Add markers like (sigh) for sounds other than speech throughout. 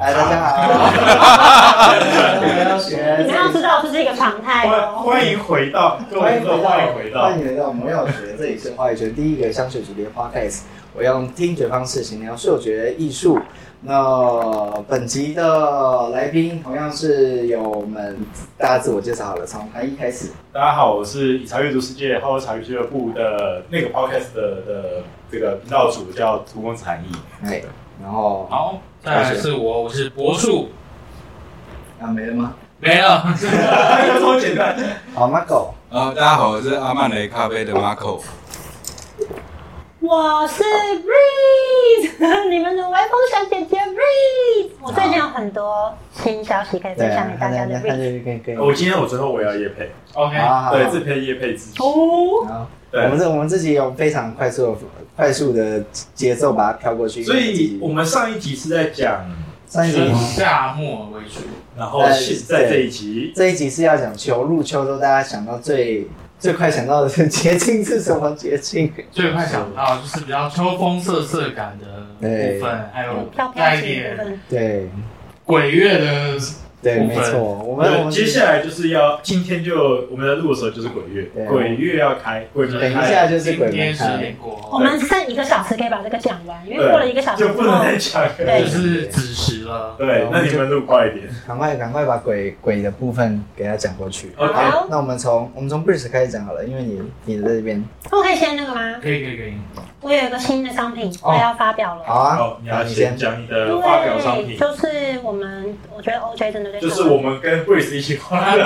哎，大家 (laughs) 好，我们要学你们要知道这是一个常态欢哦。欢迎回到，各位各位欢迎回到欢迎回到魔药学，这里是话语学第一个香水主题的 podcast。我用听觉方式形容嗅觉艺术。那本集的来宾同样是由我们大家自我介绍好了，从韩一开始。大家好，我是以茶阅读世界花火茶语俱乐部的那个 podcast 的的这个频道主，我叫涂公子 (laughs) 韩毅。哎，然后好，再来是我，我是柏树，啊没了吗？没了。有这么简单？好，Marco，呃，大家好，我是阿曼雷咖啡的 Marco。我是 Breeze，你们 (laughs) 的微风小姐姐 Breeze。我最近有很多新消息可以分享给大家的他啊他 Breeze。就跟跟我今天我最后我啊要叶配， OK，好好，对，自配叶配自己。哦，好对啊我们这我们自己用非常快速的快速的节奏把它飘过去，所以我们上一集是在讲，上一集以夏末为主。然后现在这一集，这一集是要讲球，入秋都大家想到最最快想到的是节庆是什么节庆？最快想到就是比较秋风瑟瑟感的部分，还有飘飘带一起的部点分。对鬼月的，对，我没们错，我们我对，们接下来就是要今天就我们在录的时候就是鬼月对，鬼月要开，鬼门等一开下就是今鬼天门十开，点过我后，们剩一个小时可以把这个讲完，因为过了一个小时就之不能后，再讲了。对就是子时了。对，那你们录快一点。赶快赶快把鬼鬼的部分给它讲过去。 OK 好那我们从我们从 Bruce 开始讲好了，因为你你在这边，我可以先那个吗？可以可以可以，我有一个新的商品，哦我要发表好了。啊，好，你要你先先讲你的发表商对，品。就是我们，我觉得 OJ 真的在就是我们跟 Grace 一起花的，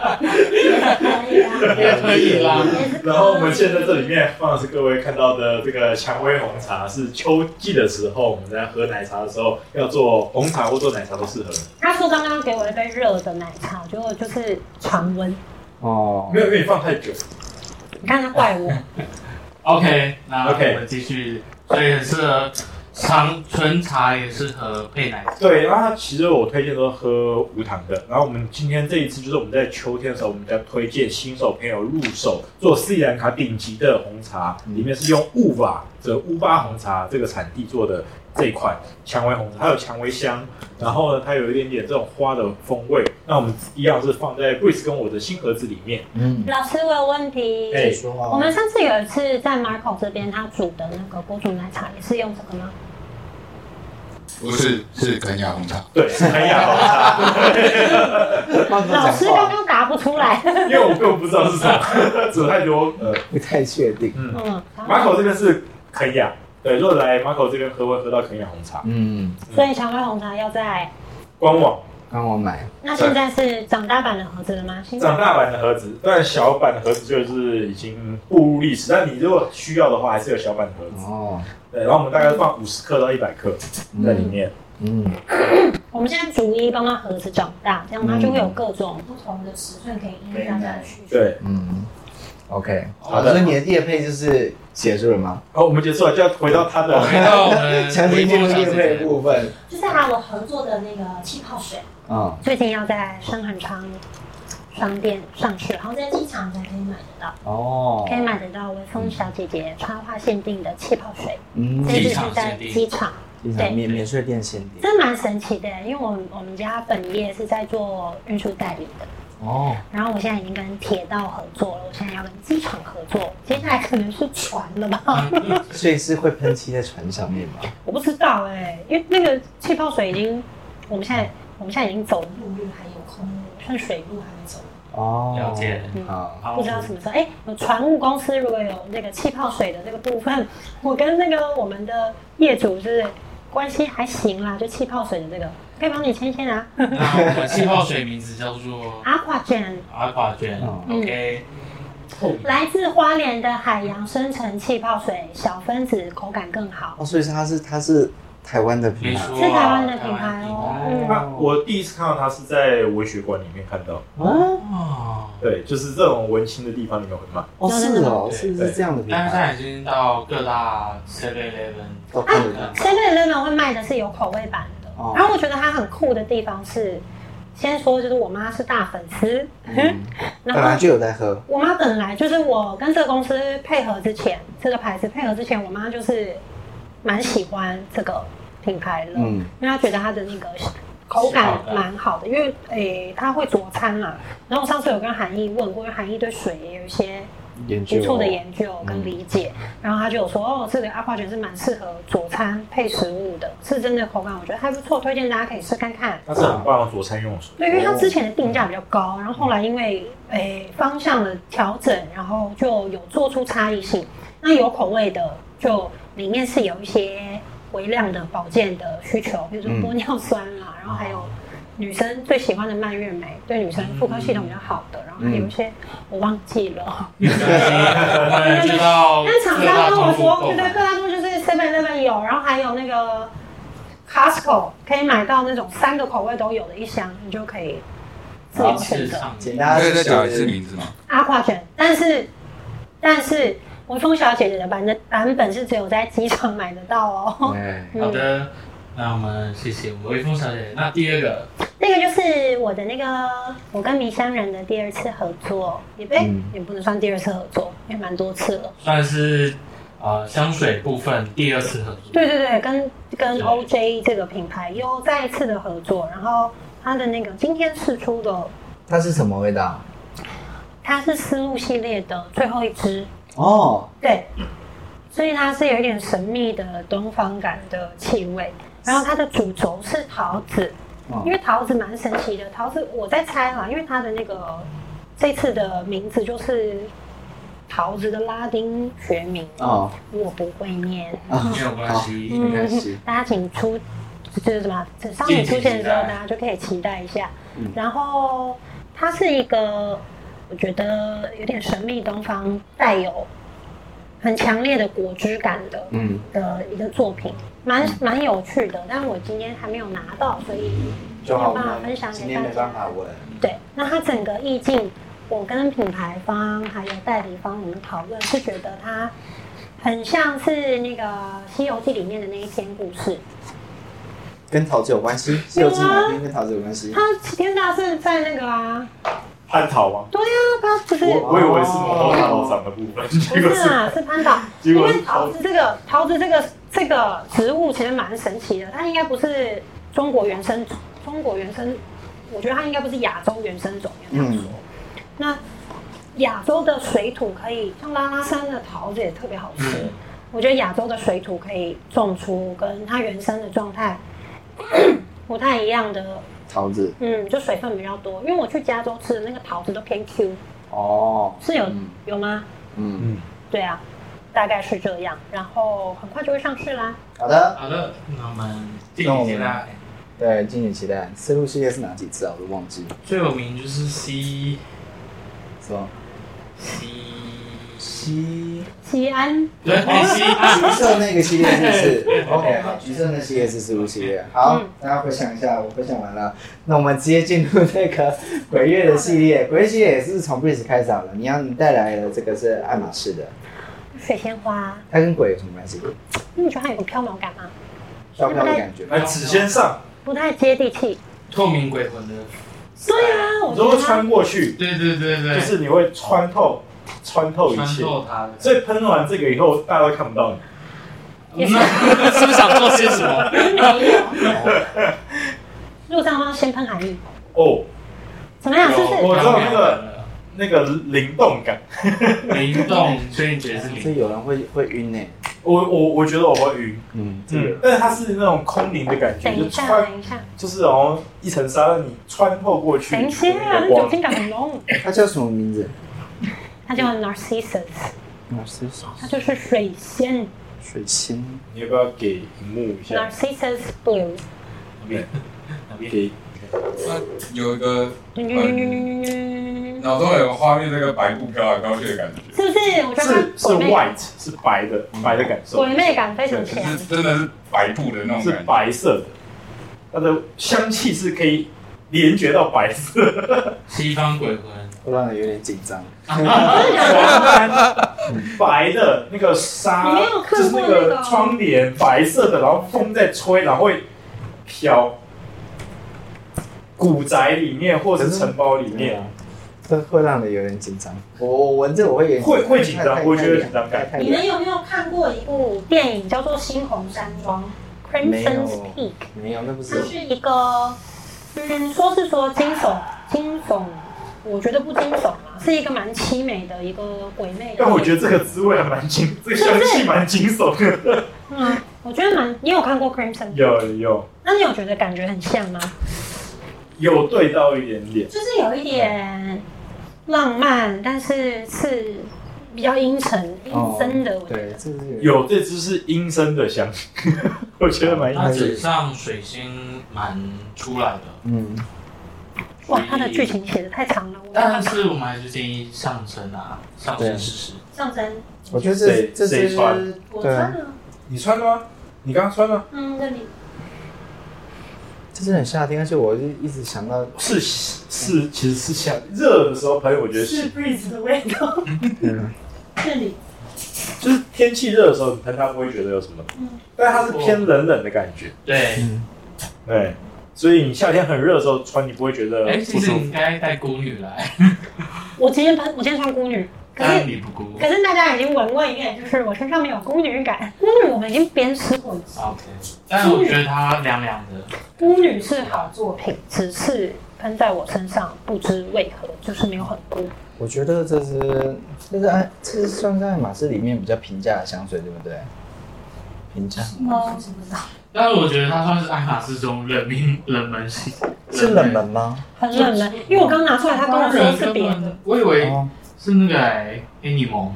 可以 (laughs) 啊，可以啦。然后我们现在这里面放的是各位看到的这个蔷薇红茶，是秋季的时候我们在喝奶茶的时候要做红茶或做奶茶都适合。他说刚刚给我一杯热的奶茶，结果就是常温。哦没，有，因为你放太久。你看他怪我， OK，那 OK 我们继续，所以很适合常纯茶，也适合配 (laughs) 奶茶。对，然后它其实我推荐都喝无糖的。然后我们今天这一次就是我们在秋天的时候，我们在推荐新手朋友入手做斯里兰卡顶级的红茶，嗯里面是用雾瓦这个乌巴红茶这个产地做的这一款蔷薇红茶，它有蔷薇香，然后呢它有一点点这种花的风味。那我们一样是放在 Grace 跟我的新盒子里面。嗯，老师我有问题。哎说我话们上次有一次在 Marco 这边，他煮的那个锅煮奶茶也是用这个吗？不是，是肯雅红茶。对，是很雅红茶，忘记老讲师刚话，刚答不出来。因为我根本不知道是啥，煮太多。呃，不太确定，嗯嗯，然后，Marco 这边是肯雅，对，如果来 Marco 这边喝会喝到肯雅红茶。嗯，所以蔷薇红茶要在官网刚我买，那现在是长大版的盒子了吗？现在长大版的盒子，但小版的盒子就是已经步入历史。但你如果需要的话，还是有小版的盒子。哦，对，然后我们大概放五十克到一百克在里嗯面。嗯，我们现在逐一帮他盒子长大，这样它就会有各种不同的尺寸可以应用大家的需求。对，嗯，OK，好的所以你的业配就是结束了吗？好，我们结束了，就要回到它的。回哦到我嗯们强行进入微波小业姐配姐的部分，就是还有我合作的那个气泡水，啊、最近要在深恒昌商店上市，然后在机场才可以买得到，哦可以买得到微风小姐姐插画限定的气泡水，嗯，这一机次是场在限定机场。场免免税店限定，这蛮神奇的，因为我们我们家本业是在做运输代理的，哦，然后我现在已经跟铁道合作了，我现在要跟机场合作，接下来可能是船了吧？嗯所以是会喷漆在船上面吗？ (laughs) 我不知道哎，因为那个气泡水已经，我们现在我们现在已经走陆路还有空路，剩水路还没走，哦，了解嗯好，好不知道什么时候。哎，有船务公司如果有那个气泡水的这个部分，我跟那个我们的业主是关系还行啦，就气泡水的这个，可以帮你牵线啊。 (laughs) 那我们气泡水名字叫做阿华卷阿华卷嗯，OK，来自花莲的海洋生成气泡水，小分子口感更好。哦，所以是它是它是台湾的没品牌错，是台湾的品牌哦哦，那 (laughs) 我第一次看到它是在文学馆里面看到，啊？哦，对，就是这种文青的地方里面会卖。哦，真是的吗哦，是是这样的品但是牌它已经到各大 Seven Eleven (laughs) 都哦看得到嗯。，Seven Eleven 会卖的是有口味版的，哦然后我觉得它很酷的地方是，先说就是我妈是大粉丝，嗯，本 (laughs) 然来后就有在喝，我妈本来就是我跟这个公司配合之前，这个牌子配合之前，我妈就是蛮喜欢这个品牌的，嗯因为她觉得它的那个口感啊蛮好的，因为诶它会佐餐嘛。然后我上次有跟韩毅问过，因为韩毅对水也有一些研究哦嗯不错的研究跟理解，然后他就有说哦，这个阿泡卷是蛮适合佐餐配食物的，是真的口感我觉得还不错，推荐大家可以试看看。它是很棒的佐餐用水，对，因为它之前的定价比较高，然后后来因为诶、方向的调整，然后就有做出差异性。那有口味的，就里面是有一些微量的保健的需求，比如说嗯玻尿酸啦，然后还有女生最喜欢的蔓越莓，对女生妇科系统比较好的，然后还有一些我忘记了。哦我们知道那厂各商大跟我通路说，购对对，买各大通路就是 Seven Eleven 有，然后还有那个 Costco 可以买到那种三个口味都有的一箱，你就可以自由一选次择。上简架，单可以就再讲一次是名字吗？阿夸卷，但是但是微风小姐姐的版的版本是只有在机场买得到哦。哎，好的。那我们谢谢微风小姐。那第二个，那个就是我的那个我跟迷香人的第二次合作，也被、嗯也不能算第二次合作，也蛮多次了。算是呃香水部分第二次合作。对对对，跟跟对 OJ 这个品牌又再一次的合作，然后它的那个今天试出的，它是什么味道？它是丝路系列的最后一支，哦，对，所以它是有一点神秘的东方感的气味。然后它的主轴是桃子，哦因为桃子蛮神奇的。桃子我在猜啦，因为它的那个这次的名字就是桃子的拉丁学名，哦，我不会念，没有关系，没嗯关系 (laughs) 大家请出就是什么，商品出现的时候，大家就可以期待一下。嗯然后它是一个，我觉得有点神秘东方，带有很强烈的果汁感的，嗯的一个作品，蛮蛮有趣的。但我今天还没有拿到，所以就好，没有办法我分们享给今天没办法闻。对，那它整个意境，我跟品牌方还有代理方我们讨论是觉得它很像是那个《西游记》里面的那一篇故事。跟桃子有关系，《西游记》啊哪边跟桃子有关系？他齐天大圣在那个啊，蟠桃吗？对啊，他不是我我以为是某头大头长的部分，不结果是是啊，是潘岛。结因果是为桃子这个桃子这个这个植物其实蛮神奇的，它应该不是中国原生，中国原生，我觉得它应该不是亚洲原生种，应该这样嗯说。那亚洲的水土可以，像拉拉山的桃子也特别好吃。嗯我觉得亚洲的水土可以种出跟它原生的状态 (coughs) 不太一样的桃子嗯，就水分比较多，因为我去加州吃的那个桃子都偏 Q，哦，是有、嗯有吗？嗯，嗯，对啊，大概是这样，然后很快就会上市啦。好的，好的，那我们敬请期待。对，敬请期待。丝路系列是哪几次啊？我都忘记，最有名就是 C 是吧？ C，西西安，对 C，橘色那个系列是不 (laughs) 是？OK，好，橘色那系列是丝路系列。好嗯，大家回想一下，我分享完了，那我们直接进入那个鬼月的系列。鬼月系列也是从 Breeze 开始好了。你要你带来的这个是爱马仕的，水仙花，它跟鬼有什么关系？你们觉得它有个飘渺感吗？飘飘的感觉吗。哦来此先哎上，不太接地气。透明鬼魂的，对啊，我你都觉会得它穿过去，对对对就对，是你会穿透穿透一穿切，透它的。所以喷完这个以后，大家会看不到你。那是不是想做些什么？没有。陆上方先喷含义，哦，怎么样？是不是？我知道那个那个灵动感， (laughs) 灵动，所以你觉得是所灵？以有人会会晕呢、欸我我我觉得我会晕，嗯，这嗯个，但是它是那种空灵的感觉，等就一下，穿等一下，就是哦一层纱让你穿透过去，等一下，啊那那个酒光精感很浓。它叫什么名字？它叫 Narcissus，哪嗯是它就是水仙水星？你要不要给荧幕一下？ Narcissus Blue。给有一个嗯嗯脑中有个画面，那个白布飘来飘去的感觉。是不就是我觉得它是是鬼魅感 white 是白的白的感受，鬼魅感非常可强，是真的是白布的那种是感觉，白色的，它的香气是可以联觉到白色。西方鬼魂，我让你有点紧张。真的 (laughs) 假的？白的那个纱，你没有看过就是那那个个窗帘白色的，然后风在吹，然后会飘。古宅里面或者是城堡里面，这会让你有点紧张。我我闻着我会有点会会紧张太我觉得紧张太感太太你们有没有看过一部电影叫做《猩红山庄》没有 （Crimson's Peak）？没有，那不是它是一个，嗯，说是说惊悚，惊悚，我觉得不惊悚啊，是一个蛮凄美的一个鬼魅。但我觉得这个滋味还蛮惊， (laughs) 这个香气蛮惊悚的。嗯，我觉得蛮，你有看过 Crimson？ (laughs) 有有那你有觉得感觉很像吗？有对到一点点，就是有一点浪漫，但是是比较阴沉、阴森的。我觉哦对，得，这是有这只是阴森的香， (laughs) 我觉得蛮阴它森。纸上水星蛮出来的，嗯，哇，它的剧，情写的太长了，我没有但办法是我们还是建议上升啊，上升试试。上身，我觉得这谁这谁是穿我对啊穿了，你穿了吗？你刚刚穿了？嗯，这里这是很夏天，而且我就一直想到，是是，其实是夏热的时候喷，我觉得是是 breeze 的味道， (laughs) 嗯，这里就是天气热的时候你喷它不会觉得有什么，嗯但它是偏冷冷的感觉，对，嗯对，所以你夏天很热的时候穿你不会觉得哎，不其舒实服你应该带孤女来，我今天喷，我今天穿孤女，可啊当然是。你不孤可。是大家已经闻过一遍，就是我身上没有孤女感。孤女我们已经鞭尸过一次， OK，但是我觉得它凉凉的。孤女是好作品，只是喷在我身上不知为何就是没有很孤。我觉得这是这是爱，这是算是爱马仕里面比较平价的香水，对不对？平价哦，知不知道？但是我觉得它算是爱马仕中冷门冷门系，是冷门吗？很冷门，因为我刚拿出来，他跟我说是别的。。我以为哦是那个哎黑柠檬，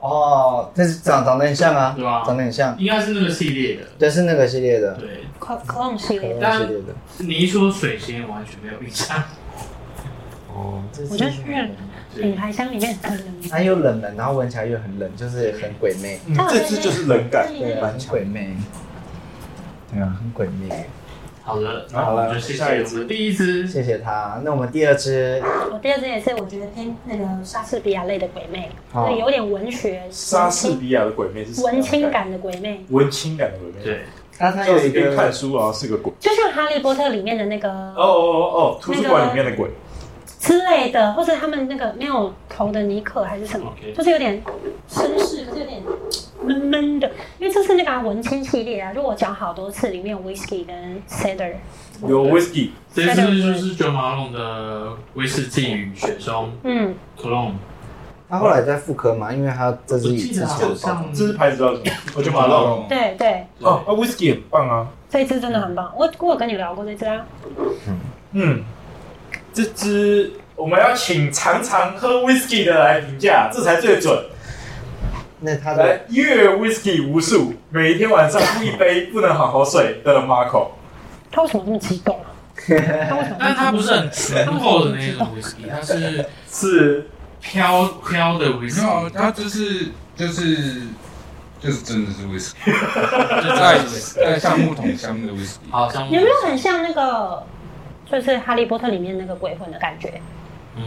哦，但是长长得很像啊，对啊长得很像，应该是那个系列的。对，是那个系列的，对， c l o n 系列的，那个系列的。你一说水仙，我完全没有印象。哦，这我是觉得是冷品对，牌箱里面很冷门。它又冷门，然后闻起来又很冷，就是很鬼魅，嗯这只就是冷感，对啊，蛮很强。鬼魅，对啊，很鬼魅。好的，那好了我们就谢谢我们的第一支。谢谢他。那我们第二支我第二支也是，我觉得偏那个莎士比亚类的鬼魅，好对，有点文学、莎士比亚的鬼魅是什么文青样的，感的鬼魅，文青感的鬼魅，，对，啊，它就有是一一边个看书然后是个鬼，就像《哈利波特》里面的那哦嗯个哦哦哦，图书馆里面的鬼，之类的，或者他们那个没有头的尼克还是什么 OK，就是有点绅士，可是有点闷闷的。因为这是那个啊文青系列啊，就我讲好多次，里面有 whisky 跟 cider。有 whisky，这一支就是九马龙的威士忌与雪松嗯， clone。他后来在复刻嘛，因为他这我是以记之前得好的包装像这是牌子叫什么？我就马龙。哦，对对，哦哦，啊，whisky 很棒啊，这一支真的很棒，我我有跟你聊过这支啊，嗯，这支我们要请常常喝 whisky 的来评价，这才最准。那他的来，阅 whisky 无数，每天晚上不一杯不能好好睡的 Marco。他为什么这么激动啊？他为什么这么激动？但 (laughs) 它不是很醇厚的那种威士忌，它是是飘飘的威士没忌，有，它就是就是就是真的是威士忌，就是带威士忌带橡木桶香的威士忌。好像有没有很像那个，就是《哈利波特》里面那个鬼魂的感觉，嗯，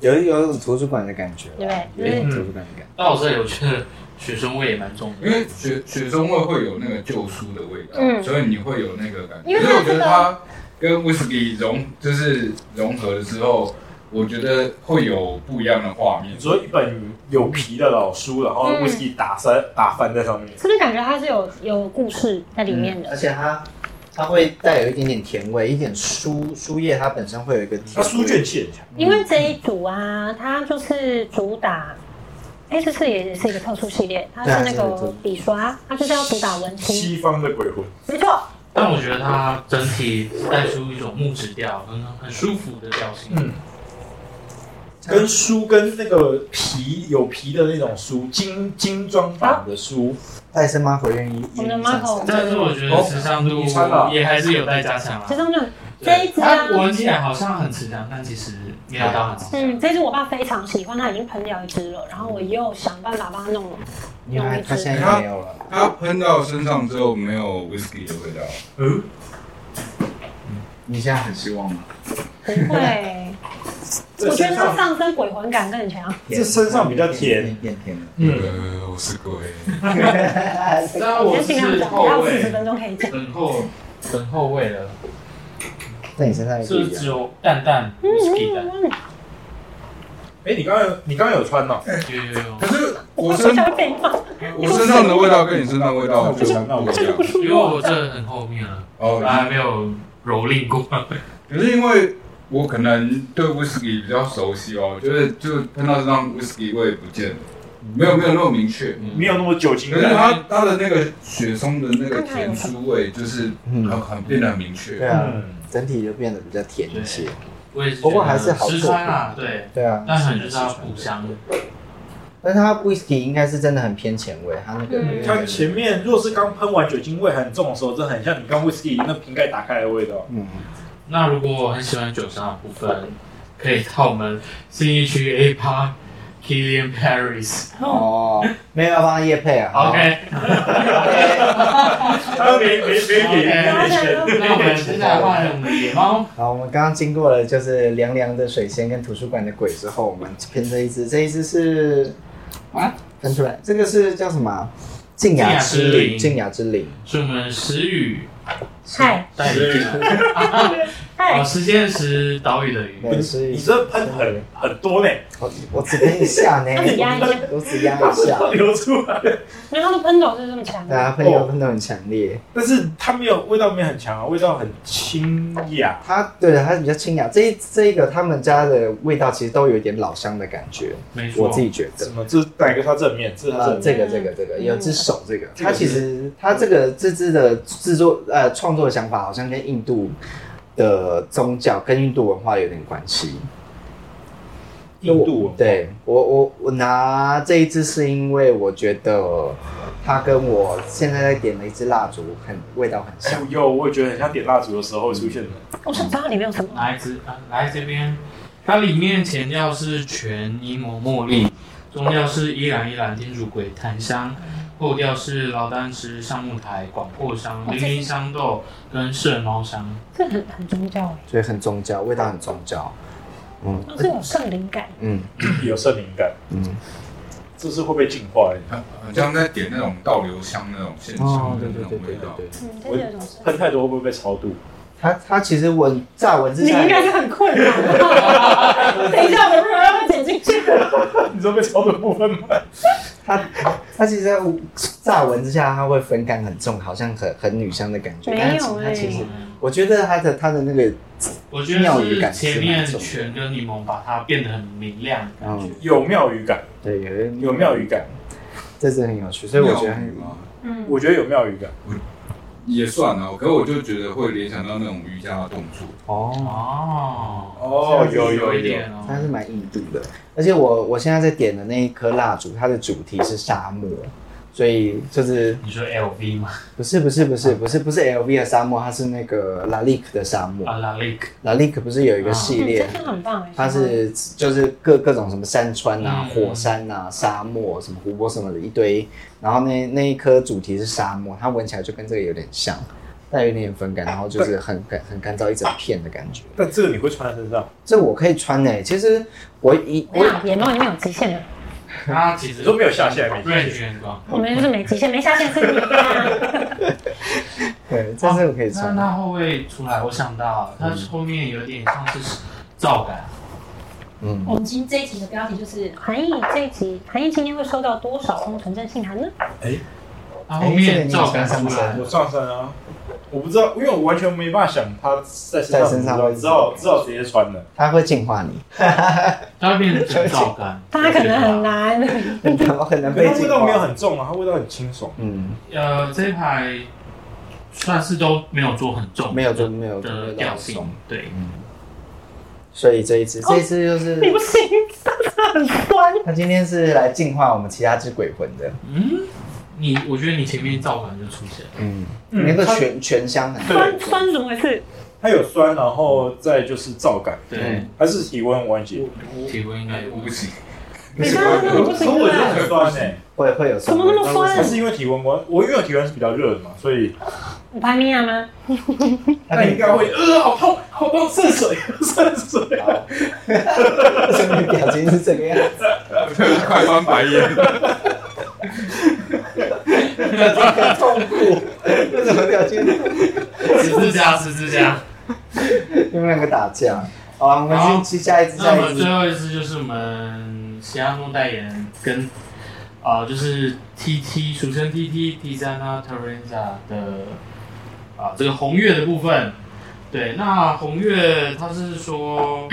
有有一种图书馆的感觉，对不对？有就一是种图书馆的感觉。到我这里我觉得雪松味也蛮重的因。为雪雪中味会有那个旧书的味道，嗯所以你会有那个感觉。因为可是它我觉这个得它跟威士忌融就是融合了之后，我觉得会有不一样的画面你。说一本有皮的老书，然后嗯 whisky 打翻打翻在上面，是不是感觉它是有有故事在里面嗯而的？且它它会带有一点点甜味，一点书书页它本身会有一个甜它味书卷气很强。因为这一组啊，它就是主打，哎，这次也是一个特殊系列，它是那对啊这个个笔刷，它就是要主打文青，西方的鬼魂，没错。但我觉得它整体带出一种木质调，很很舒服的调性。嗯，跟书跟那个皮有皮的那种书，精精装版的书，戴森马口愿意。我们的 Marco 但是我觉得时尚度哦你穿了也还是有待加强啊其。中就这一对支啊它闻起来好像很慈祥，但其实没有到很慈祥。嗯，这支我爸非常喜欢，他已经喷掉一支了，然后我又想办法帮他弄了。因为他现在也没有了。它喷到身上之后没有 whisky 的味道，嗯，你现在很失望吗？不 (laughs) 会，这我觉身得它上上身鬼魂感更强。这身上比较甜，变甜了。嗯，呃，我是鬼，但我我先尽量是讲，后还有四十卫，分钟可以讲。等后等后卫了，在你身上也是不是一样只有淡淡 whisky 的？哎，你刚刚有你刚刚有穿哦，有有有可是我我身才会被骂，我身上的味道跟你身上的味哦道就不一这个样不是因为我我的。这很后面了，我哦。还没有蹂躏过。可是因为我可能对 whisky 比较熟悉哦，就是就喷到身上 whisky 味不见了，没有没有那么明确。没有那么酒精可是感，它它的那个雪松的那个甜酥味，就是嗯很很变得很明确。对啊，嗯，整体就变得比较甜一些。我也是觉得不过还是好实穿啊，对，对啊，但很就是要互相。但是它 whisky 应该是真的很偏前味，它那个嗯它前面若是刚喷完酒精味很重的时候，真的很像你刚 whisky 那瓶盖打开的味道。嗯，那如果我很喜欢酒商的部分，可以到我们信义区 A 趴 Kilian Paris。哦，没有要帮他夜配啊。好 OK， (laughs) OK，他没没没给没钱，那我们现在换我们的野猫。好，我们刚刚经过了就是凉凉的水仙跟图书馆的鬼之后，我们喷这一支，这一支是啊，喷出来，这个是叫什么啊？静雅之灵，静静雅之灵，是我们石宇嗨代理人，嗨哦，，时间石岛屿的对，鱼，是你这喷很很多呢，我我只喷一下呢，那你 (laughs) 压一下我只压一下，流出来。因为他们喷头就是这么强对。啊，喷油喷的很强烈，但是它没有味道，没有很强啊，味道很清雅。它对它比较清雅，这一这一个他们家的味道其实都有一点老香的感觉，没错我自，己觉得什。么？这是哪一个？它正面，这是它啊正，面。这个这个这个有只手这个，这它个其实它这个这支的制作呃创作的想法好像跟印度的宗教跟印度文化有点关系。印度对我我我拿这一支是因为我觉得它跟我现在在点的一支蜡烛很味道很像哎。有，我也觉得很像点蜡烛的时候会出现的。我想知道里面有什么。来自啊来这边，它里面前调是全英国茉莉，中调是依兰依兰天竺葵檀香，后调是劳丹石橡木苔广藿香哦、这零是零香豆跟麝猫香。这很很宗教哎，所以很宗教，味道很宗教。嗯都是有圣灵感。嗯有圣灵感，嗯，这是会被净化的。它好像在点那种倒流香那种现哦香的对那对对种对味对道。对，嗯，真的有种圣灵。喷太多会不会被超度？它它其实文乍文字你上应该是很困扰。等一下，我们要不要剪进去？ (laughs) 你说被超度的部分吗？它它其实在乍闻之下，它会粉感很重，好像很很女香的感觉。没有但是其它欸其实嗯我觉得它的它的那个，我觉妙语得感是是前面蛮重的全跟柠檬把它变得很明亮，感觉嗯，有妙语感，对，有一有妙语，感，这是很有趣，所以我觉得妙很语嘛嗯，我觉得有妙语感。也算啊，可我就觉得会联想到那种瑜伽的动 (laughs) 作。哦，哦，哦，有有一有，点哦，它是蛮印度的。而且我我现在在点的那一颗蜡烛，它的主题是沙漠，所以就是你说 LV 吗？不是不是不是不是不是 LV 的沙漠，它是那个 La l i q 的沙漠。啊拉 (laughs) 力克， La l i q 不是有一个系列？嗯真的很棒哎。它是就是各各种什么山川啊、嗯火山啊、沙漠什么湖泊什么的一堆，然后那那一颗主题是沙漠，它闻起来就跟这个有点像，带有一点粉感，然后就是很干很干燥一整片的感觉。但这个你会穿在身上？这我可以穿诶、其实我一我我想野猫里面有极限的，它其实你说没有下限没下 range 限？很广。我们就是没极限，没下限是你 (laughs) 啊。对，这是我可以那哦穿。那后卫出来，我想到啊它后面有点像是皂感，嗯，我们今这一集的标题就是韩毅这一集，韩毅今天会收到多少封存证信函呢？它后面皂感哎这个你有穿上出来身，我上身啊，我不知道，因为我完全没办法想它在身上在身上我只知道只好直接穿的。它会净化你，它会变成皂感。大家可能很难。很难很难可被是它味净道没有化。很重啊，它味道很清爽。嗯，呃，这一排算是都没有做很重，没有做没有做的味调道性松，，嗯对，所以这一支这一支哦就是你不行，真的很酸。它今天是来净化我们其他只鬼魂的。嗯，你我觉得你前面皂感就出现了，嗯，嗯那个它全全香很对酸酸是怎么回事？它有酸，然后再就是皂感，对，还是体温有关系。嗯体温应该有我不行，你刚刚那个不可行我觉得了，很酸哎，会会有什怎么那么还酸？是因为体温关？我因为我体温是比较热的嘛，所以五排米亚吗？那应该会呃好痛好痛，渗水 (laughs) 渗水。你表情是这个样子，快翻白 (laughs) 眼。很痛苦，为什么表情？十字架，十字架。你们两个打架。好啊，我们去去下一只，那下么一只最。后一次就是我们西雅诺代言跟啊、呃就是 TT 俗称 TT Tizana Terenza 的啊、这个红月的部分。对，那红月它是说，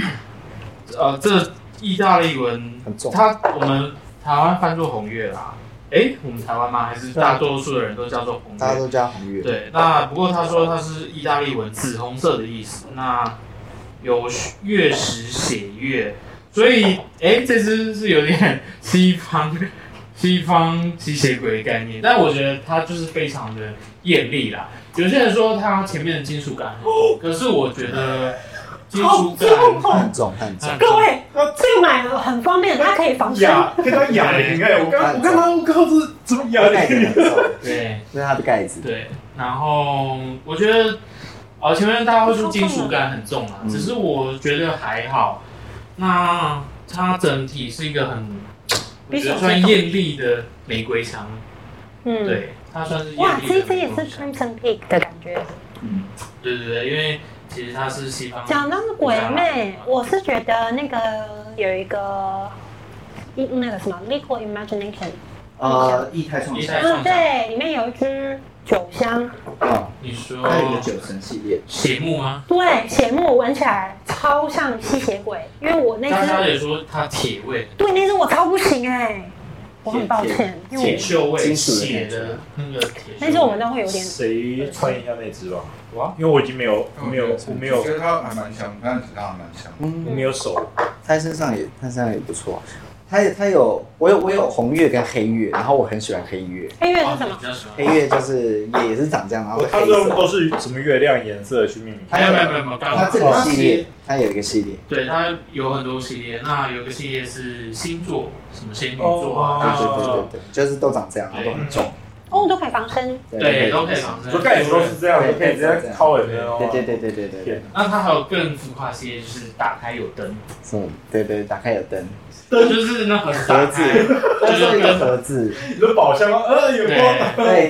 呃，这意大利文很重它我们台湾翻作红月啦。诶，我们台湾吗？还是大多数的人都叫做红大家月？都叫红月，对，那不过他说它是意大利文紫红色的意思，那有月食血月，所以哎，这只是有点西方西方吸血鬼概念，但我觉得它就是非常的艳丽啦。有些人说它前面的金属感很重，可是我觉得金属感很重哦很重。很各重位，这个买了很方便，它可以防身。哑，跟他哑铃 (laughs) 哎，我刚我刚刚我靠，这怎么哑盖子铃？很重，对。这是它的盖子。对，然后我觉得，哦，前面大家会说金属感很重啊，嗯只是我觉得还好。那它整体是一个很，我比觉手得算艳丽的玫瑰香，嗯，对，它算是艳哇，丽这的这玫也是瑰香。 Crimson Peak 的感觉。对对对，因为其实它是西方，讲到鬼魅，我是觉得那个有一个一那个什么 Liquid Imagination，呃，液态创一伤嗯，代创造，对，里面有一支酒香，啊，你说啊还有一个酒神系列，血木吗？对，血木闻起来超像吸血鬼，因为我那但是他只也说它铁味、对那只我超不行哎、我很抱歉，因为铁我锈味、金属的血的那个铁锈味。那只我们都会有点谁穿一下那只吧？哇，因为我已经没有没有我没有觉得它还蛮香，但其他还蛮香。我没有手，它身上也，它身上也不错。它也它有，我有我有红月跟黑月，然后我很喜欢黑月，黑月是哦什你么比？较喜欢黑月就是也也是长这样，然后我是它黑这种色。都是什么月亮颜色去命名？哎没有没有没有没有，它这个系列，它有一个系列，对，它有很多系列，那有个系列是星座，什么仙女座对啊，哦对对对对，就是都长这样，然后都很重。哦，都可以防身，对，都可以防身。说盖子都是这样，你可以直接敲人的哦。对对对对对对对，那它还有更浮夸系列，就是打开有灯，哦嗯，对对，打开有灯，就是那很打盒 (laughs) 开，子，它是一个盒子，你的宝箱吗？呃，有光。对，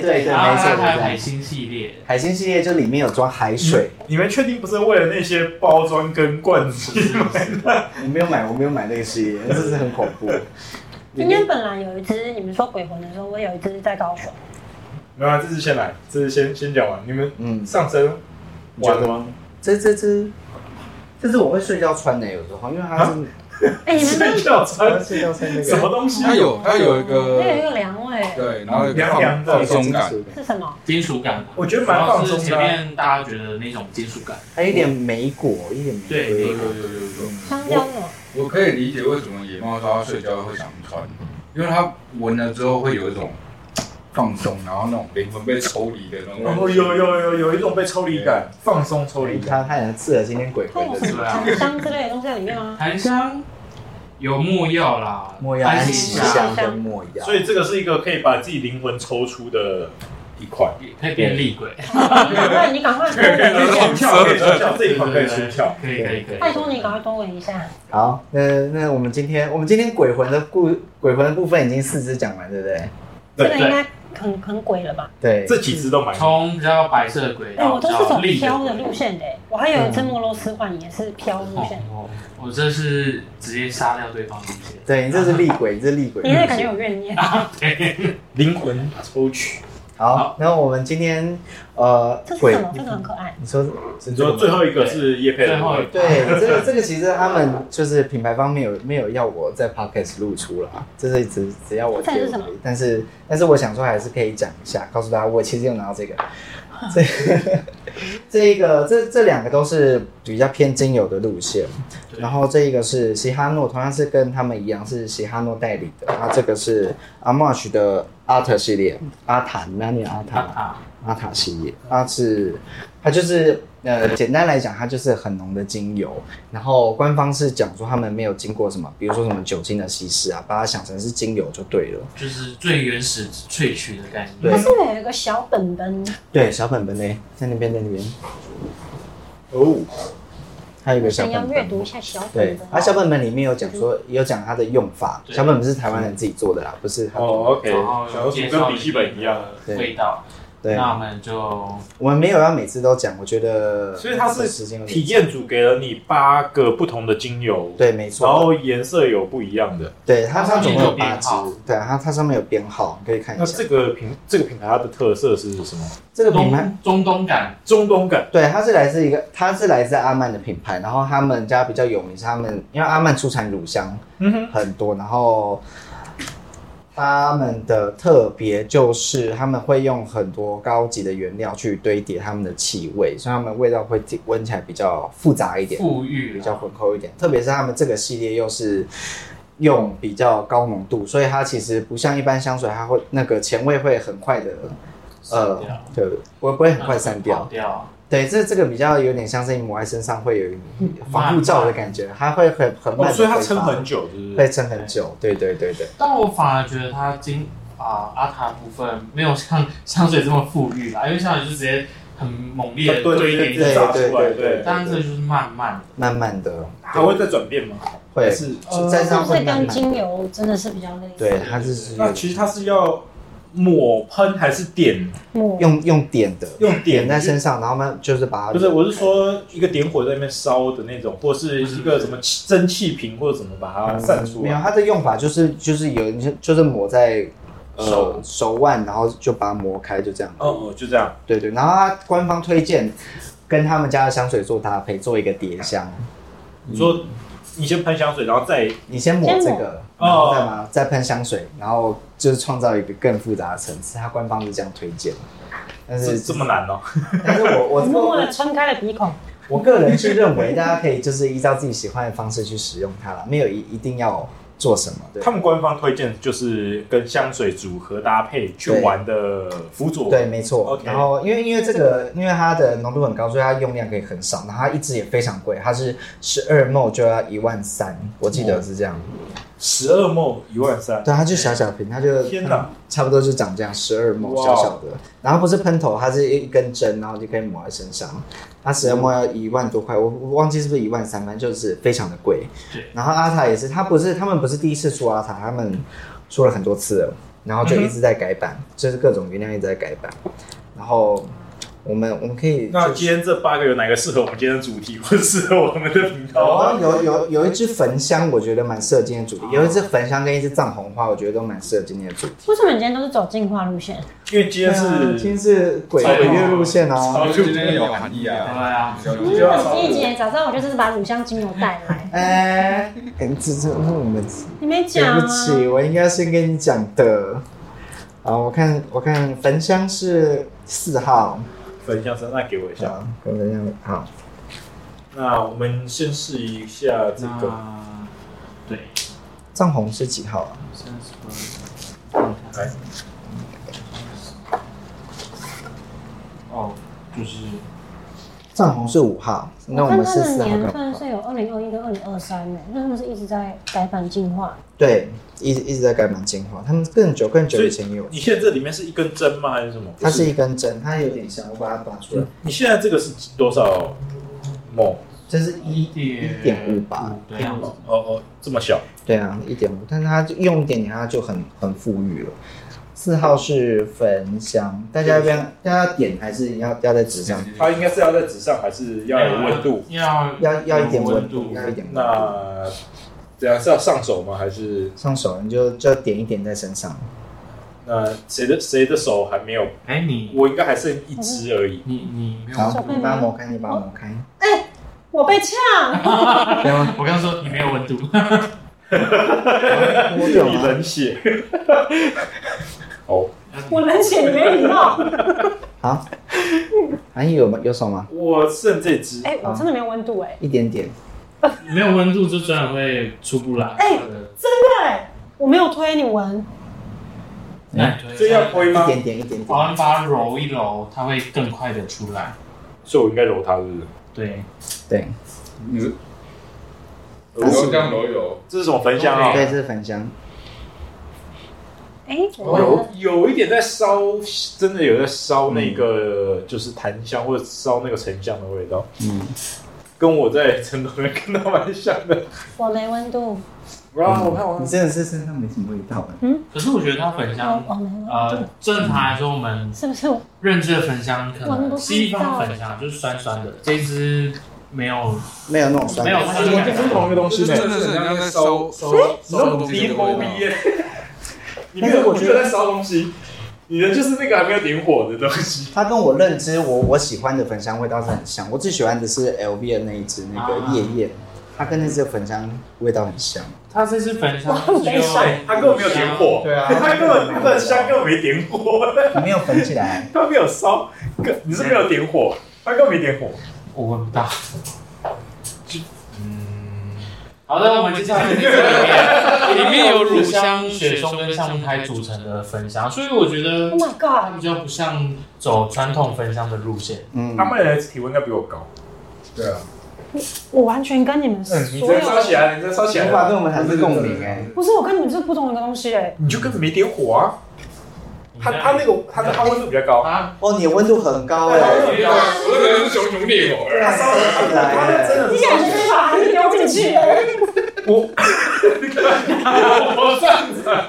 对对对，没错，然后它还有海没错。星系列，海鲜系列就里面有装海水，你们确定不是为了那些包装跟罐是子？ (laughs) 是是我嗯没有买，我没有买那个系列，真是很恐 (laughs) 怖。今天本来有一只，你们说鬼魂的时候，我有一只在高雄，没有啊，这次先来，这次先先讲完。你们嗯，上身玩了吗？这这只，这只我会睡觉穿的，有时候，因为它是哎、你们睡这觉它穿是睡觉穿那啊什么个东西？它有它哎有一那哎有一个个凉味对，然后有一凉凉个的放松感，是什么？金属感嘛，我觉得蛮主要放是松前的啊。面大家觉得那种金属感，还有一点莓果，一点对，玫有有瑰。有有有。香蕉什么？我可以理解为什么野猫说它睡觉会想穿，因为它闻了之后会有一种放松，然后那种灵魂被抽离的那种感哦，觉。有有有有一种被抽离感，放松抽离它感。它很适合今天鬼它魂有的什吃么糖香之类的东西在里面 (laughs) 吗？檀香有木药啦，墨药、安安息息香跟墨药，所以这个是一个可以把自己灵魂抽出的一 (laughs) 款。可以变厉鬼，你赶快，你赶快多可以闻一下 (laughs) 出。窍，可以出窍，这一款可以出窍。可以可以可以。拜托你赶快多闻一下。好，那那我们今天我们今天鬼魂的故鬼魂的部分已经四只讲完，对不对？这个对应对，该很很鬼了吧？对，这几只都蛮。从比较白色的轨哎、道我都是到走立飘的轨路线的、欸我还有一只摩罗斯幻也是飘路线。哦，我这是直接杀掉对方的路线。对，你这是厉鬼，你这是厉鬼。你那个感觉有怨念，灵魂抽取。好，那我们今天呃这是鬼什，么？这个很可爱。你说你说最后一个是叶佩的最部后分，一对，这个这个其实他们就是品牌方没有没有要我在 podcast 露出啦，就是只只要我这是什么但是但是我想说还是可以讲一下，告诉大家我其实有拿到 (laughs) 这个，这 (laughs) 这一个这这两个都是比较偏精油的路线，对然后这一个是西哈诺，同样是跟他们一样是西哈诺代理的，那这个是阿 m a s h 的阿特系列，阿塔，那念阿塔。啊，阿塔系列，它是它就是呃，简单来讲，它就是很浓的精油。然后官方是讲说他们没有经过什么，比如说什么酒精的稀释啊，把它想成是精油就对了。就是最原始萃取的概对念。它是不是有一个小本本？对，小本本呢，在那边，在那边，哦，还有一个小想本要本。阅读一下小本对啊本。，它小本本里面有讲说，有讲它的用法。对小本本是台湾人自己做的啦，不是他。哦，OK，然后小介鼠绍跟笔记本一样，对味道，对，那我们就我们没有要每次都讲，我觉得所以它这时间是有点体验组给了你八个不同的精油，，对，没然错。后颜色有不一样的。对，它上总共有八它支上面有编，对，它它上面有编号，你可以看一那下。这个品这个品牌它的特色是什么？这个品牌中中东感，中东感。对，它是来自一个，它是来自阿曼的品牌，然后他们家比较有名是他们，因为阿曼出产乳香嗯哼，很多，然后他们的特别就是他们会用很多高级的原料去堆叠他们的气味，所以他们味道会听闻起来比较复杂一点，富裕比啦较浑厚一点，特别是他们这个系列又是。用比较高浓度，所以它其实不像一般香水，它会那个前味会很快的，呃散掉，对，不会不会很快散掉跑，掉，对，这这个比较有点像是你抹在身上会有防护罩的感觉，它会很很慢、嗯哦，所以它撑很，久，是不会是？撑很久。对对对对，但我反而觉得它精啊阿塔部分没有像香水这么富裕啦，因为香水就直接很猛烈的对对一点一对对点砸，对出来对对，但这就是慢慢的，慢慢的还会再转变吗？会还是哦沾是上不哦会是慢跟慢，精油真的是比较类似？对，它就是那其实它是要抹喷还是点？木用用点的，用点在身上？上，然后慢就是把它不是，我是说一个点火在那边烧的那种，或是一个什么气蒸汽瓶，或者怎么把它散出嗯没有，来。它的用法就是就是有你就就是抹在手呃手腕，然后就把它磨开，就这样。哦哦，就这样。对对，然后它官方推荐跟他们家的香水做搭配，做一个叠香。嗯你说你先喷香水，然后再你先抹这个，抹然后再嘛、再喷香水，然后就是创造一个更复杂的层次。它官方是这样推荐，但这是这么，难哦。但是我我我默默的我撑开了鼻孔。我个人是认为大家可以就是依照自己喜欢的方式去使用它啦，没有一一定要做什么。对他们官方推荐就是跟香水组合搭配去玩的辅佐。对，没错。 OK 然后因为因为这个，因为它的浓度很高，所以它用量可以很少。然后它一支也非常贵，它是十二 ml 就要一万三，我记得是这样。十二梦一万三，对，它就小小瓶，它就天哪差不多就长这样，十二毛哇小小的，然后不是喷头，它是一根针，然后就可以抹在身上。它十二毛要一万多块，我我忘记是不是一万三，反正就是非常的贵。对然后阿塔也是，他不是他们不是第一次出阿塔，他们出了很多次了，然后就一直在改版，就是各种原料一直在改版。然后我们我们可以那就今天这八个有哪个适合我们今天的主题，或适合我们的频有道啊吗？有有有一支啊焚香，我觉得蛮适合今天的主题。有一支焚香跟一支藏红花，我觉得都蛮适合今天的主题。为什么你今天都是走进化路线？因为今天啊今是天是鬼超鬼月路线啊！超今天有含义对啊，啊，小嗯弟要走，第一节早上我就是把乳香精油带来，哎、哎，这这我们你没对讲啊不起，我应该先跟你讲的。啊，我看我看焚香是四号，焚香声，那给我一下。好，跟焚香好，那我们先试一下这那个，对，藏红是几号啊？三十来，哦，就是藏红是五号，那我看们它是的四号年跟份五号是有二零二一跟二零二三的，那他们是一直在改版进化。对，一直一直在改版进化，他们更久更久以前也有。你现在这里面是一根针吗？还是什么？它是一根针，它有点像，我把它拔出来，你现在这个是多少梦？这是一一点五吧？八，对啊，哦哦，这么小，对啊，一点五，但是它就用一点点，它就很很富裕了。四号是焚香，大家要不要？大家要点还是要要在纸上？它应该是要在纸上，还是哦要有温度？要要要一点温温度，要一点温度。那怎样是要上手吗？还是上手你就就点一点在身上。那谁的谁的手还没有？哎，你我应该还剩一只而嗯已。你你没有好温，度，你把它抹开，你把它抹开，我被呛， (laughs) 对吗？我刚说你没有温度， (laughs) 摸掉你吗？冷血。哦，我冷血你没礼貌。好，韩有吗？有手吗？我剩这只。哎、啊我真的没有温度哎、一点点，没有温度就自然会出不来。哎哎对，我没有推你闻，来，这要推一哎吗？点点，一点点。好，你把它揉一揉，它会更快的出来。所以我应该揉它，是不是？对，对，你是我用这样揉一揉，这是什么焚香啊？对，这是焚香，哎，我有有一点在烧，真的有在烧那个、就是檀香或者烧那个沉香的味道，嗯，跟我在城东人看到蛮像的。嗯我没温度，然后我看我你真的是身上没什么味道的，可是我觉得它焚我香，我没温呃度，，正常来说我们是不是？Oh 我？认知的焚香可闻不能到西方焚香就是酸酸的，这一支没有没有那种酸没有味，酸感这是同一个东西呢，真的是人家在烧烧烧东西鼻的头味鼻道。耶， (laughs) 你没有，我觉得在烧东西，你的就是那个还没有点火的东 (laughs) 西。它跟我认知我我喜欢的焚香味道是很像，我最喜欢的是 LV 的那一支那个夜宴，它跟那支焚香味道很像。它这支焚香 (laughs) 我没想是它根本没有点火，对啊它根本那个香根本没点火，没有焚起来，它没有烧，根你是没有点火，它根本没点火。我闻不到。嗯好的，我们接下来这 (laughs) 个里面里面有乳香、雪松跟橡木苔组成的焚香，所以我觉得 Oh my 它 god！比较不像走传统焚香的路线。嗯他，们的体温应该比我高。对啊，我完全跟你们所有，烧起啊来，你再烧起想法跟我们产生共鸣哎，不是我跟你们是不同的东西哎。你就根本没点火啊。它它那个它的它温度比较高，啊，哦，你的温度很高哎，对啊，我这个人是熊熊烈火。它烧得起来哎，你想是把它丢进去了？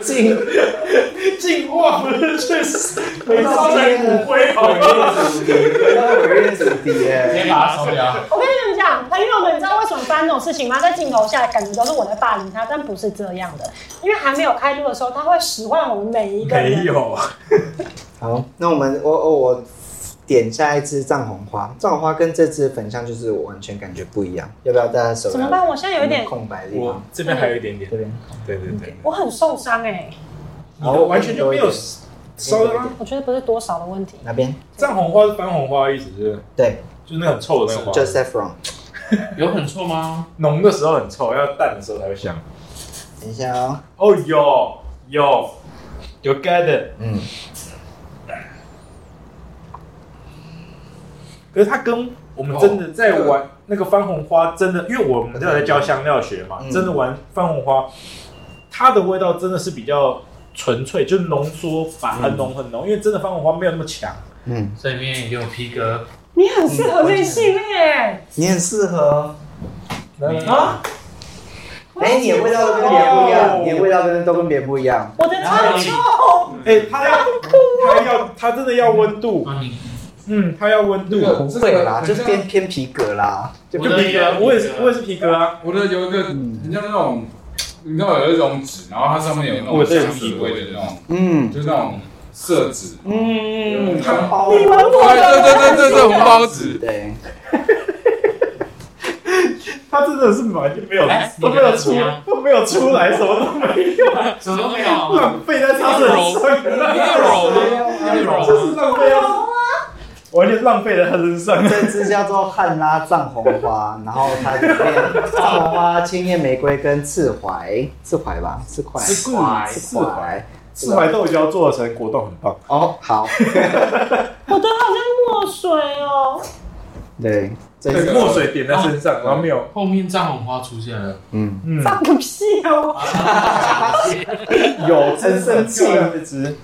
进进化不是确实回到烧今天成的骨灰好鬼吗？月主题，回到鬼月主题直接哎，把它烧掉。我跟你们讲，朋友们，你知道为什么发生这种事情吗？在镜头下感觉都是我在霸凌他，但不是这样的，因为还没有开录的时候，他会使唤我们每一个没人。有，好，那我们我我我点下一支藏红花，藏红花跟这支焚香就是我完全感觉不一样，要不要大家手怎么办？我现在有一点，空白的地我方，这边还有一点点这，边，对对对，我很受伤哎、然后完全就没有烧多一啊点。我觉得不是多少的问题。哪边？藏红花是番红花的意思，是不是对，就是那个很臭的那个就花， saffron。有很臭吗？浓的时候很臭，要淡的时候才会香。等一下哦，哦，有有有 get it，嗯，可是它跟我们真的在哦玩那个番红花，真的，因为我们都有在教香料学嘛，嗯真的玩番红花，它的味道真的是比较纯粹，就是浓缩把很浓很浓，因为真的番红花没有那么强。嗯，这里面也有皮革你很适合内性哎，你很适合。嗯啊，哎，你的味道都跟别人不一样，你的味道跟都跟别人不一样。我的 (laughs) 超臭，哎，它要它要它真的要温度，啊你嗯，它要温度。不会啦，就是偏偏皮革啦。就我的皮也要革，皮革我也是我也是皮革啊，我的有一个，你像那种，你知道有一种纸，然后它上面有那我种这有香水味的那种，嗯就是那种色纸。嗯，它包你闻我对的，对对对，红包纸。对，它真的是完全没有哎都没有出你的怎么样都没有出来，什么都没有，什么都没有，啊 (laughs) 浪费在它身上，没有揉吗？没有就揉是吗？浪费啊，完全浪费在它身上。这支叫做汉拉藏红花，然后它里面藏红花、青叶玫瑰跟刺槐，刺槐吧，刺槐，刺槐刺槐。四怀豆胶做成果冻很棒，哦， (laughs) 好，我的好像墨水哦。对，这对是墨水点在身上，然啊后没有，后面藏红花出现 (laughs) 了，嗯，嗯，放个屁哦！有很生气这支。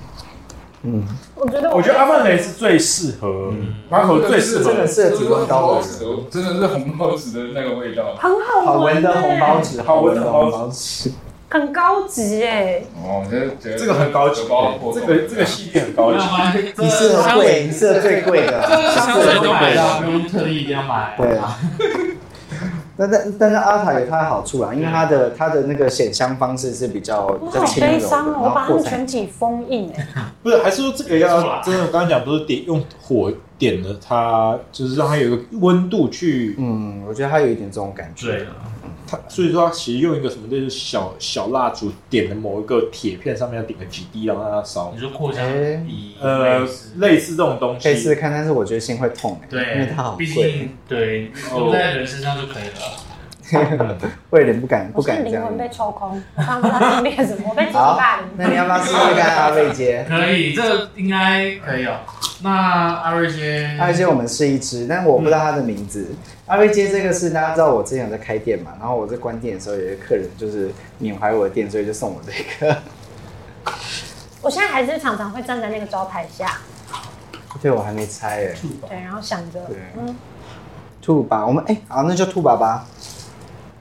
嗯，我觉得我觉得阿曼雷是最适合，阿口最适真的合，适合体温高的人，人，真的是红包纸的那个味道。很好好闻闻的红包纸，好闻的红包纸。很高级哎。哦，我觉得觉得这个很高级荷包，活这动个这个系列很高级。你适啊合贵，你适合最贵的。香水都买了，啊不用特地一定要买。对啊。 (laughs) 但但但是阿塔有它的好处啦，因为它的它的那个显香方式是比较我比较好轻悲柔的，伤然哦，我把后他扩们散全体封印哎。不是，还是说这个要真的，我刚刚讲不是点用火点了它，就是让它有一个温度去嗯，我觉得它有一点这种感觉。对了，它，所以说它其实用一个什么，就是小小蜡烛点的某一个铁片上面要点个几滴，然后让它烧你，说扩香哎笔，呃，类似这种东可以试试西。看，但是我觉得心会痛、欸，因为对它好，毕贵，竟对用在人身上就可以了。 (laughs) 我有点不敢不我是敢这灵魂样。被抽空，我刚刚在经历了什么？我被自己好霸凌，。 (laughs) 那你要不要试试看阿贝姐？可以，这应该可以哦。那阿瑞先，阿瑞街我们是一支，但我不知道它的名字。阿瑞街这个是大家知道，我之前有在开店嘛，然后我在关店的时候，有一个客人就是缅怀我的店，所以就送我这个。 (laughs) 我现在还是常常会站在那个招牌下，对，我还没拆哎。对，然后想着对，嗯，兔爸，我们哎、好，那就兔爸爸。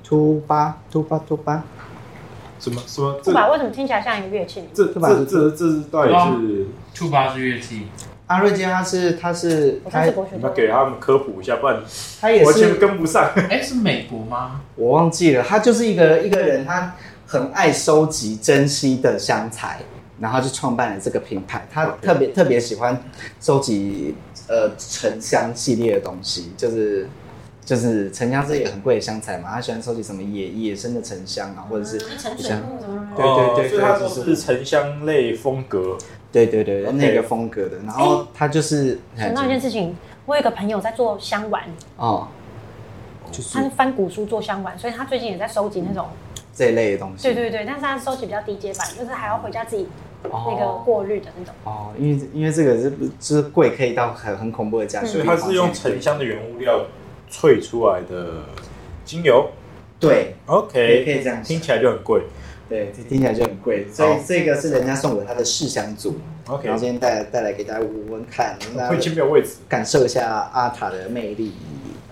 兔爸，兔爸，兔爸， (laughs) 什么什么？不这吧，为什么听起来像一个乐器名？这这这这是啊到底是？兔八是乐器，阿瑞街它是它是我上它次国学你过们给他们科普一下，不然它也完全是跟不上。哎，是美国吗？我忘记了，它就是一个一个人，他很爱收集珍稀的香材，然后就创办了这个品牌。他特别特别喜欢收集呃沉香系列的东西，就是就是沉香是一个很贵的香材嘛，他喜欢收集什么野野生的沉香啊，或者是嗯沉水像木啊什么对对对哦所以它都对是沉香类风格。对对对 OK 那个风格的。然后他就是想到一件事情，我有一个朋友在做香丸，哦，就是他是翻古书做香丸，所以他最近也在收集那种，这一类的东西。对对对，但是他收集比较低阶版，就是还要回家自己那个哦过滤的那种。哦，因为因为这个是就是贵，可以到很很恐怖的价钱。所以它是用沉香的原物料萃出来的精油。对 OK，可以这样想听起来就很贵。对，听起来就很贵，所以好这个是人家送我他的试香组， OK，然后今天带带来给大家闻闻看，让我大已经家没有位置，感受一下阿塔的魅力。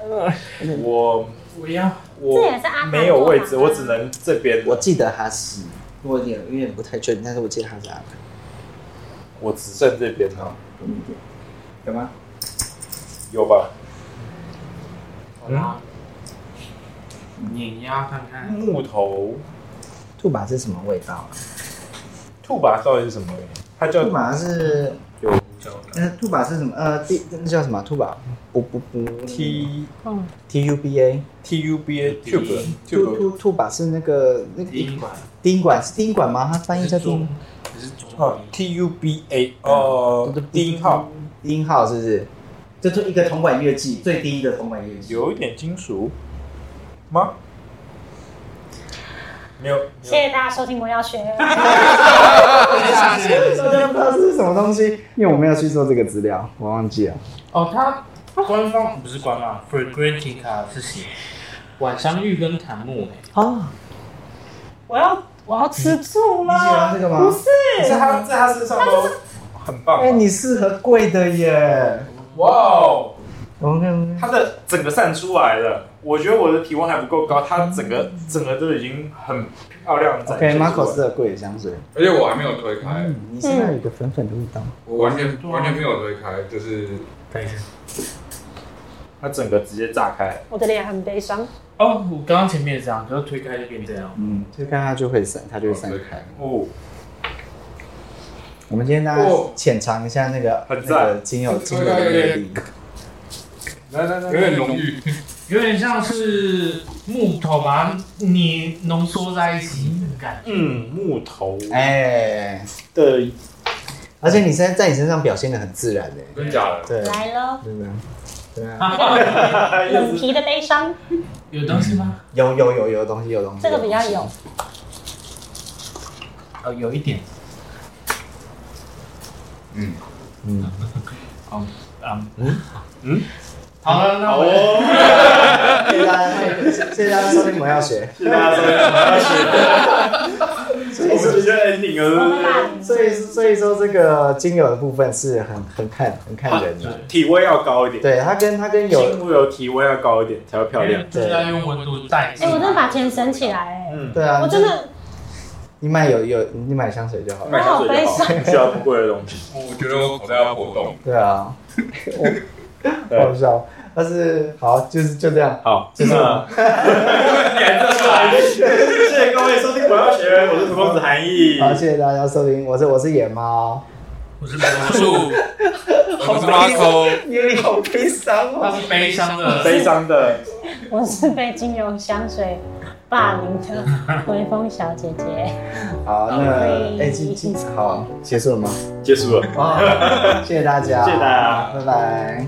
嗯我我要我这也是阿塔没有位置，做法我只能这边。我记得他是，我有点有点不太确定，但是我记得他是阿塔。我只剩这边了，有吗？有吧？好啦，碾压看看，木头兔把是什么味道啊？兔拔到底是什么？它叫兔把是，有胡椒呃，兔把是什么？呃，第那叫什么？兔把不不不 T 嗯 T U B A T U B A tube 兔 tube 兔兔把是那个那个宾馆丁管是丁管吗？它翻译叫是丁中，是中啊 T U B A 哦，低音号低音号是不是？就是一个铜管乐器最低的铜管乐器。有一点金属吗？没有，谢谢大家收听《我要学》，大家不知道这是什么东西，因为我没有去做这个资料，我忘记了。哦，它官方不是官方 f r e g r a n t i c a 是写晚香玉跟欸檀木呢。啊，我要我要吃醋你喜欢这个吗不是，哎在他在他身上都很棒哎、。你适合贵的耶。哇哦，我看它的整个散出来了，我觉得我的体温还不够高，它整个整个都已经很漂亮地展现，OK，出来。马可适合贵的香水。而且我还没有推开，嗯，你身上有一个粉粉的味道。哦我完全啊完全没有推开，就是它整个直接炸开。我的脸很悲伤。哦，我刚刚前面也这样，可是推开就变这样。嗯，推开它就会散，它就会散推开开。。哦，我们今天大家哦浅尝一下那个很那赞个精油精油的魅力。来来来，有点浓郁，有点像是木头把它你浓缩在一起的感觉。嗯，木头哎、的而且你现在在你身上表现的很自然哎。真假的？对，来喽，真的。对啊，啊哎冷皮的悲伤， (laughs) 有东西吗？有有有有东西，有东西。这个比较有。呃，有一点。嗯，嗯，嗯嗯嗯嗯，好了，那我哦哦谢谢大家，谢谢大家收听《我 (laughs) 要学》。 (laughs) 谢谢大家收听， (laughs) 所以我们说，直接 ending 我了，们把所以所以说这个精油的部分是很很看很看人的。体温要高一点，对，它跟它跟精有木有体温要高一点才会漂亮。就是要用温度带进哎、来。我真的把钱省起来、哎、嗯，对啊，我真的你买有有你买香水就好了。买香水就好，不需要不贵的东西。我觉得我口袋要破洞。对 (laughs) 啊，我对好笑，但是好就是就这样。好，就是那 (laughs) 谢谢各位收听《我要学》，我是土公子韩毅，好，谢谢大家收听，我是我是野猫，我是魔 (laughs) 术，我是 Marco，因为你好悲伤他。是悲伤的，悲伤的。我是被精油香水霸凌的微风小姐姐，好，那哎，今今好结束了吗？结束了，啊，谢谢大家，谢谢大家拜拜。